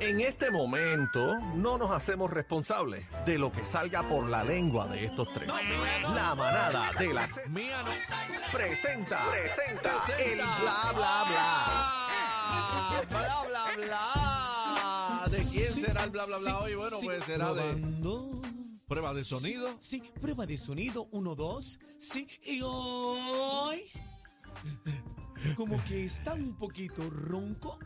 En este momento no nos hacemos responsables de lo que salga por la lengua de estos tres. La manada de la Z Mía no. presenta, presenta el bla bla bla. Ah, Bla, bla, bla. Ah, ¿De quién será el bla, bla, bla hoy? Bueno, pues será de Probando. prueba de sonido. Sí, sí, prueba de sonido, uno, dos, sí, y hoy... Como que está un poquito ronco.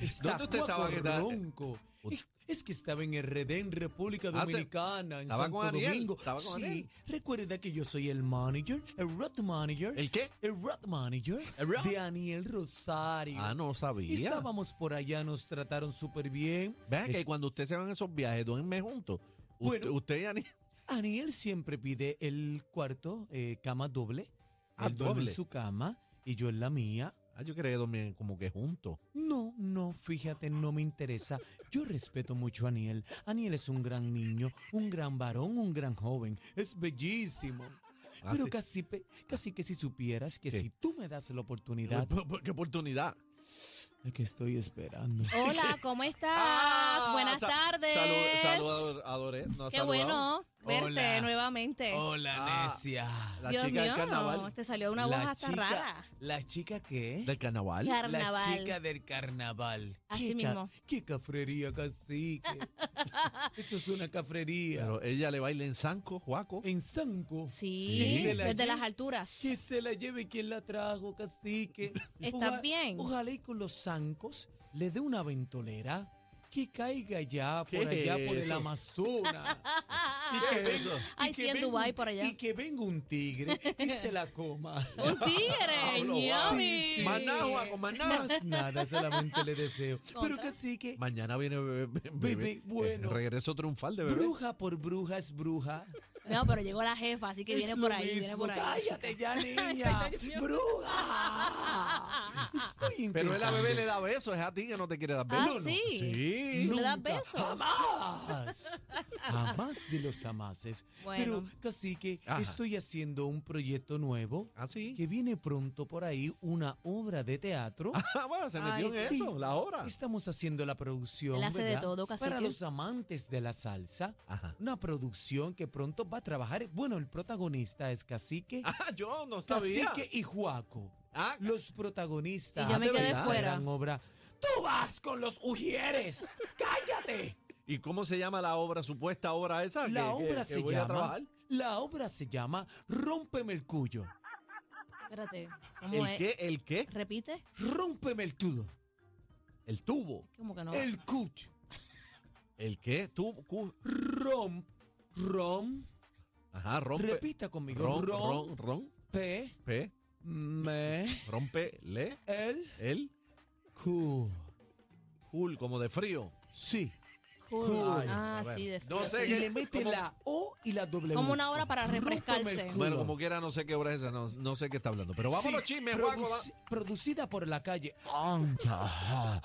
Está ¿Dónde usted estaba guapo que estaba? ronco. Es, es que estaba en RD, en República Ah, se- Dominicana, en estaba Santo con Aniel, Domingo. estaba con sí, Aniel. recuerda que yo soy el manager, el road manager. ¿El qué? El road manager ¿El road? de Aniel Rosario. Ah, no sabía. Estábamos por allá, nos trataron súper bien. Vean Es- que cuando usted se van a esos viajes, duerme juntos. Usted, Bueno. usted y Ani- Aniel siempre pide el cuarto, eh, cama doble. Ah, Él duerme en doble. su cama y yo en la mía. Ah, yo quería que dormían como que juntos. No, no, fíjate, no me interesa. Yo respeto mucho a Aniel. Aniel es un gran niño, un gran varón, un gran joven. Es bellísimo. Ah, Pero sí. casi, pe- casi que si supieras que ¿Qué? si tú me das la oportunidad, Uy, pero ¿Qué oportunidad? es que estoy esperando. Hola, ¿cómo estás? Ah, Buenas sa- tardes. Salud, salud, adoré. no, Qué saludado. bueno verte Hola. nuevamente. Hola, Ah. necia. La Dios chica mío, del carnaval. te salió una voz hasta rara. ¿La chica qué? ¿Del carnaval? Car- La Carnaval. chica del carnaval. Así Qué mismo. Qué cafrería, cacique. Eso es una cafrería. Pero ella le baila en Sanco, Juaco. En Sanco. Sí, Sí. desde Desde las allí. alturas. Que se la lleve quien la trajo, cacique. ¿Estás Oja- bien? Ojalá y con los zancos le dé una ventolera que caiga ya ¿Qué por allá, por es el eso? Amazonas. ¿Qué es eso? Ay, Y sí, que en venga Dubái, un- por allá. Y que venga un tigre y se la coma. Un tigre, Pablo, ñomi. Sí, sí. Managua, con Managua. Más nada, solamente le deseo. Pero Contra. cacique, Mañana viene bebé, Eh, Bebé, bueno. regreso triunfal de bebé. Bruja por bruja es bruja. No, pero llegó la jefa, así que Es viene lo por ahí, viene mismo. por ahí. Cállate ya, niña. Ay, Dios mío. bruja. Estoy Pero él a intentando. bebé le da besos, es a ti que no te quiere dar Ah, besos. sí. Sí. ¿Le das Nunca, besos? Jamás. Jamás de los amases. Bueno. Pero, cacique, Ajá. estoy haciendo un proyecto nuevo Ah, sí. que viene pronto por ahí, una obra de teatro. Ah, bueno, se metió Ay, en sí. eso, la hora. Estamos haciendo la producción Él hace de ¿verdad? todo, cacique. para los amantes de la salsa. Ajá. Una producción que pronto va a trabajar. Bueno, el protagonista es Cacique, Ah, yo no sabía. Cacique y Juaco. Ah, Los protagonistas Y yo me de quedé esta fuera. gran obra. ¡Tú vas con los ujieres! ¡Cállate! ¿Y cómo se llama la obra, supuesta obra esa? La que- que- obra que se voy a llama. trabajar? La obra se llama Rómpeme el cuyo. Espérate, ¿cómo ¿El es? qué? ¿El qué? ¿Repite? Rómpeme el cudo. El tubo. Como que no. El cuyo. ¿El qué? Tubo. cu- Rom. Rom. Ajá, rompe. Repita conmigo. Ron, Rom. ron, ron, P. pe, Me. rompe, le, El. el, Cu. cool, como de frío. Sí. Cool. Cool. Ah, Bueno, sí, de No sé Y qué- le mete como- la O y la W. Como una hora para Rómpeme el refrescarse. cudo. Bueno, como quiera, no sé qué obra es esa, no, no sé qué está hablando. Pero vámonos, Sí, chisme, produci- Juaco. va- Producida por la calle. Anja.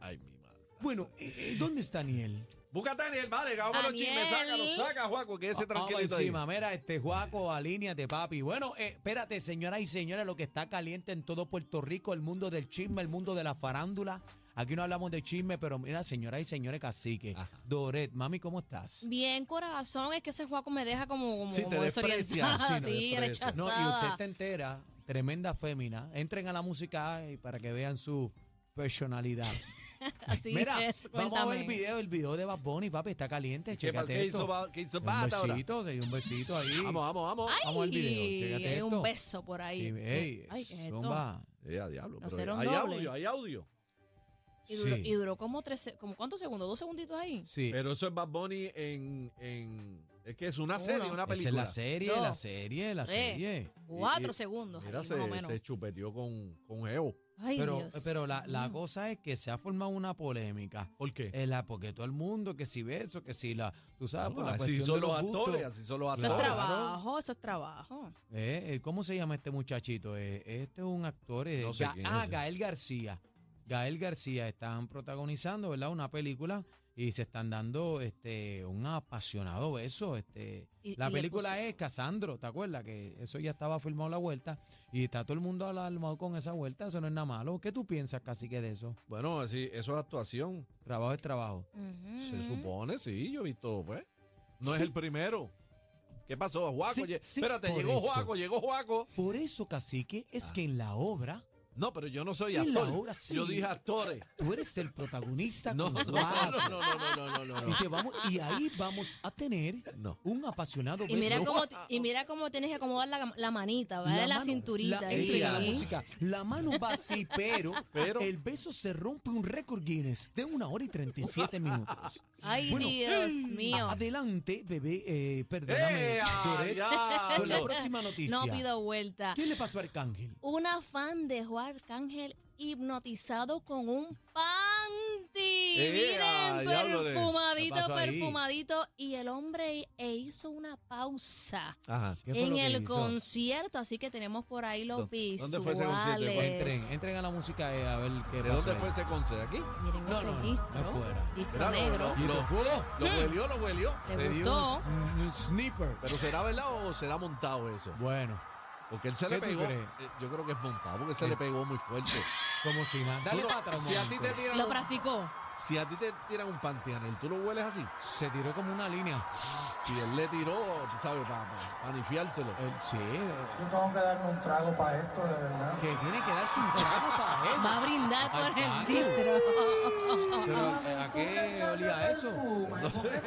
Ay, mi madre. Bueno, eh, eh, ¿dónde está Aniel? Búscate Daniel, vale, vamos los Daniel. chismes, sácalo, saca, Juaco, que ese Vamos tranquilito ahí. Ah, encima, mira, este Juaco, alíñate, papi. Bueno, eh, espérate, señoras y señores, lo que está caliente en todo Puerto Rico, el mundo del chisme, el mundo de la farándula. Aquí no hablamos de chisme, pero mira, señoras y señores, cacique. Ajá. Doret, mami, ¿cómo estás? Bien, corazón, es que ese Juaco me deja como, como, Sí, te como desprecia, sí, desorientada, no, sí, desprecia. rechazada. No, y usted te entera, tremenda fémina. Entren a la música y para que vean su personalidad. Así mira, es, vamos a ver el cuéntame. video, el video de Bad Bunny, papi, está caliente, ¿Qué, pa- chécate qué esto. hizo, ba- qué hizo Un Bata ahora? besito, sí, un besito ahí. Vamos, vamos, vamos. Vamos al video, Ay, chécate hay esto. un beso por ahí. Sí, ey, Ay, ¿qué es esto? zumba. Eh, a diablo, No pero será un hay doble. audio, hay audio. Y duró, Sí. y duró como tres, se- como cuántos segundos, dos segunditos ahí. Sí. Pero eso es Bad Bunny en, en es que es una Uno. serie, una Esa película. es la serie, No. la serie, la Tres. serie. Cuatro y- segundos. Mira, ahí, se, más o menos. se chupeteó con, con Evo. Ay, Pero, Dios. pero la, la Mm. cosa es que se ha formado una polémica. ¿Por qué? Es la, porque todo el mundo, que si beso, que si la. Tú sabes, ah, por la así cuestión son de los los gustos. actores, así son los Eso es Claro. actores. trabajo, eso es trabajo. Eh, eh, ¿Cómo se llama este muchachito? Eh, este es un actor. eh, No sé Ga- quién es ah, ese. Gael García. Gael García están protagonizando, ¿verdad? Una película y se están dando este un apasionado beso. Este, Y- la y le película puso- es Casandro, ¿te acuerdas? Que eso ya estaba filmado la vuelta y está todo el mundo alarmado con esa vuelta, eso no es nada malo. ¿Qué tú piensas, cacique, de eso? Bueno, sí, eso es actuación. Trabajo es trabajo. Ujú. Se supone, sí, yo he visto, pues. No Mm. es Sí. el primero. ¿Qué pasó, Juaco? Sí, Lle- sí, Espérate, por llegó eso. Juaco, llegó Juaco. Por eso, cacique, Ah. es que en la obra No, pero yo no soy En la actor. obra, sí. Yo dije actores. tú eres el protagonista No, no, con no, Juaco. no, no, no, no, no, no, Y, no. te vamos, y ahí vamos a tener No. un apasionado Y beso. mira, cómo, t- y mira cómo tienes que acomodar la, la manita, ¿verdad? La, mano, cinturita. la- ahí. entre la Sí. música. La mano va así, pero, Pero- el beso se rompe un récord Guinness de una hora y 37 minutos. Ay, Bueno, Dios mío. Adelante, bebé, eh, perdóname. ¡Eh, Toret, con la diablo! próxima noticia. No pido vuelta. ¿Qué le pasó a Arcángel? Una fan dejó a Arcángel hipnotizado con un panty. ¡Ea, Miren, diáblole! perfumadito, ¿Qué pasó ahí? perfumadito. Y el hombre hi- e hizo una pausa Ajá. ¿Qué fue lo en que el hizo? concierto. Así que tenemos por ahí los ¿Dó- visuales. dónde fue ese concierto? Pues Entren, entren a la música eh, a ver qué ¿De pasó dónde ahí. fue ese concert? ¿Aquí? Miren No, ese no, no, distro. no fuera. Distro Mira, lo- negro. Lo, lo, lo Mm. huelió, lo huelió. Le Te dio gustó. un, un sniper. Pero será verdad o será montado eso. Bueno, Porque él se ¿Qué le tú pegó. crees? Eh, Yo creo que es montado, porque se Es- le pegó muy fuerte. como si nada. Dale Tú no- para atrás. un si a ti te momento. tiran Lo un- practicó. Si a ti te tiran un panteanel, ¿tú lo hueles así? Se tiró como una línea. Si él le tiró, tú sabes, para, anifiárselo. Eh, sí, eh, Yo tengo que darme un trago para esto, de verdad. que tiene que darse un trago para eso. Va a brindar por el Arcángel. distro. Pero, eh, ¿A qué olía eso? Eh, No sé.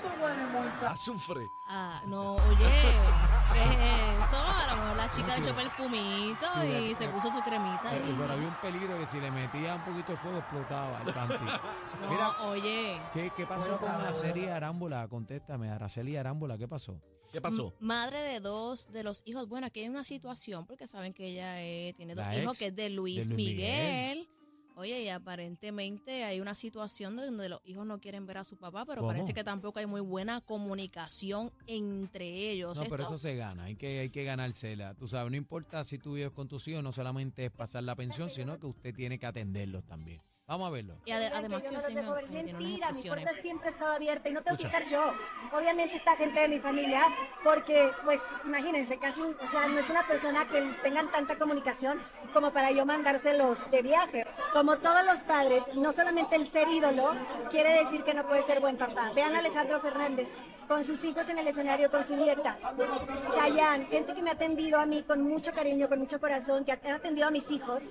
Azufre. Ah, no, oye, es eso. A lo mejor la chica le echó perfumito Sí, y la- se puso su cremita. Eh, y- Pero había un peligro que si le metía un poquito de fuego explotaba el panty. No, Mira, oye. ¿qué, qué pasó con Araceli Arámbula? Contéstame, Araceli Arámbula, ¿qué pasó? ¿Qué pasó? Madre de dos de los hijos. Bueno, aquí hay una situación porque saben que ella eh, tiene dos La hijos ex que es de Luis, Luis Miguel. Miguel. Oye, y aparentemente hay una situación donde los hijos no quieren ver a su papá, pero ¿Cómo? parece que tampoco hay muy buena comunicación entre ellos. No, pero Esto- eso se gana, hay que, hay que ganársela. Tú sabes, no importa si tú vives con tus hijos, no solamente es pasar la pensión, sino que usted tiene que atenderlos también. Vamos a verlo. y ade- además yo que no los tengan- dejo ver. eh, tiene unas mentira, mi expresiones. puerta siempre ha estado abierta y no tengo que estar yo. Obviamente está gente de mi familia, porque, pues, imagínense, casi, o sea, no es una persona que tengan tanta comunicación como para yo mandárselos de viaje. Como todos los padres, no solamente el ser ídolo quiere decir que no puede ser buen papá. Vean a Alejandro Fernández con sus hijos en el escenario, con su nieta. Chayanne, gente que me ha atendido a mí con mucho cariño, con mucho corazón, que ha atendido a mis hijos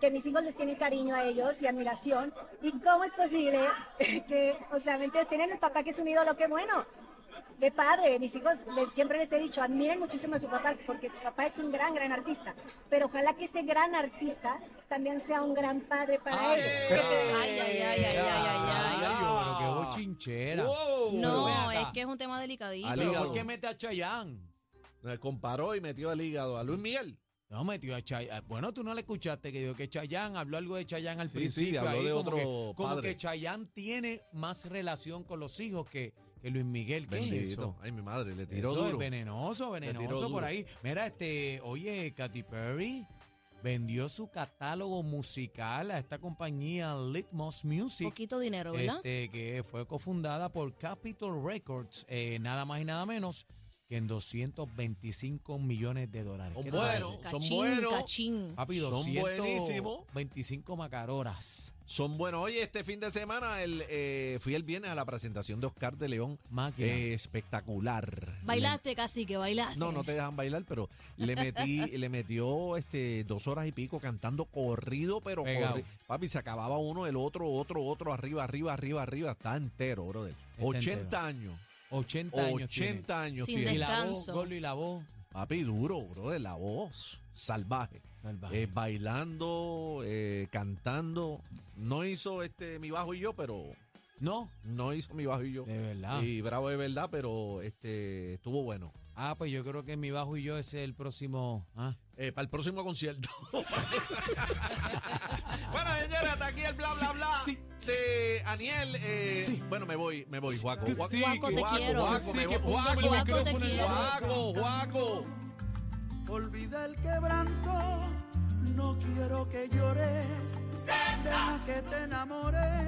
que mis hijos les tienen cariño a ellos y admiración. ¿Y cómo es posible que, o sea, ¿me entiendes? tienen el papá que es un ídolo, qué bueno? Qué padre, mis hijos les- siempre les he dicho, admiren muchísimo a su papá, porque su papá es un gran, gran artista. Pero ojalá que ese gran artista también sea un gran padre para Ay, ellos. Ay, ay, ay, ay, ay, ay, ay. yo, pero qué bochinchera. Wow. Pero No, ven acá. es que es un tema delicadito. Al ¿Pero hígado. por qué mete a Chayanne? Me comparó y metió al hígado a Luis Miguel. No, metió a Chayanne. Bueno, tú no le escuchaste que dijo que Chayanne habló algo de Chayanne al Sí, sí, principio. habló ahí, de como otro que, como padre. que Chayanne tiene más relación con los hijos que, que Luis Miguel. ¿Qué es Bendito. eso? Ay, mi madre, le tiró Eso es duro. venenoso, tiró venenoso por duro. ahí. Mira, este, oye, Katy Perry vendió su catálogo musical a esta compañía Litmus Music. Poquito dinero, ¿verdad? Este, que fue cofundada por Capitol Records, eh, nada más y nada menos que en 225 millones de dólares. Son ¿Qué te buenos, parece? son cachín, buenos. Ah, cachín. Papi, Son 225 buenísimos. macaroras. Son buenos. Oye, este fin de semana el, eh, fui el viernes a la presentación de Oscar de León. Máquina. Eh, espectacular. Bailaste casi que bailaste. No, no te dejan bailar, pero le metí, le metió este dos horas y pico cantando corrido, pero Pegado. corri- papi, se acababa uno, el otro, otro, otro, arriba, arriba, arriba, arriba. Está entero, brother. Está 80 entero. años. 80 años. 80 años Sin tiene. tiene. Y la voz, Descanso. Gordo y la voz. Papi, duro, brother, la voz. Salvaje. salvaje. Eh, bailando, eh, cantando. No hizo este mi bajo y yo, pero no, no hizo mi bajo y yo. de verdad. Y bravo de verdad, pero este estuvo bueno. Ah, pues yo creo que mi bajo y yo es el próximo. ah. para el Eh, próximo concierto. bueno, señores, hasta aquí el bla bla bla. Sí, de Aniel, eh, Sí. bueno, me voy, me voy, Sí, Juaco. que Juaco, sí, Juaco, que- Juaco, Juaco, Juaco, que me sí, voy. que póngame Juaco, el Juaco, te micrófono en la quiero. boca. Juaco, Juaco. Olvida el ah. quebranto, no quiero que llores, deja que te enamores.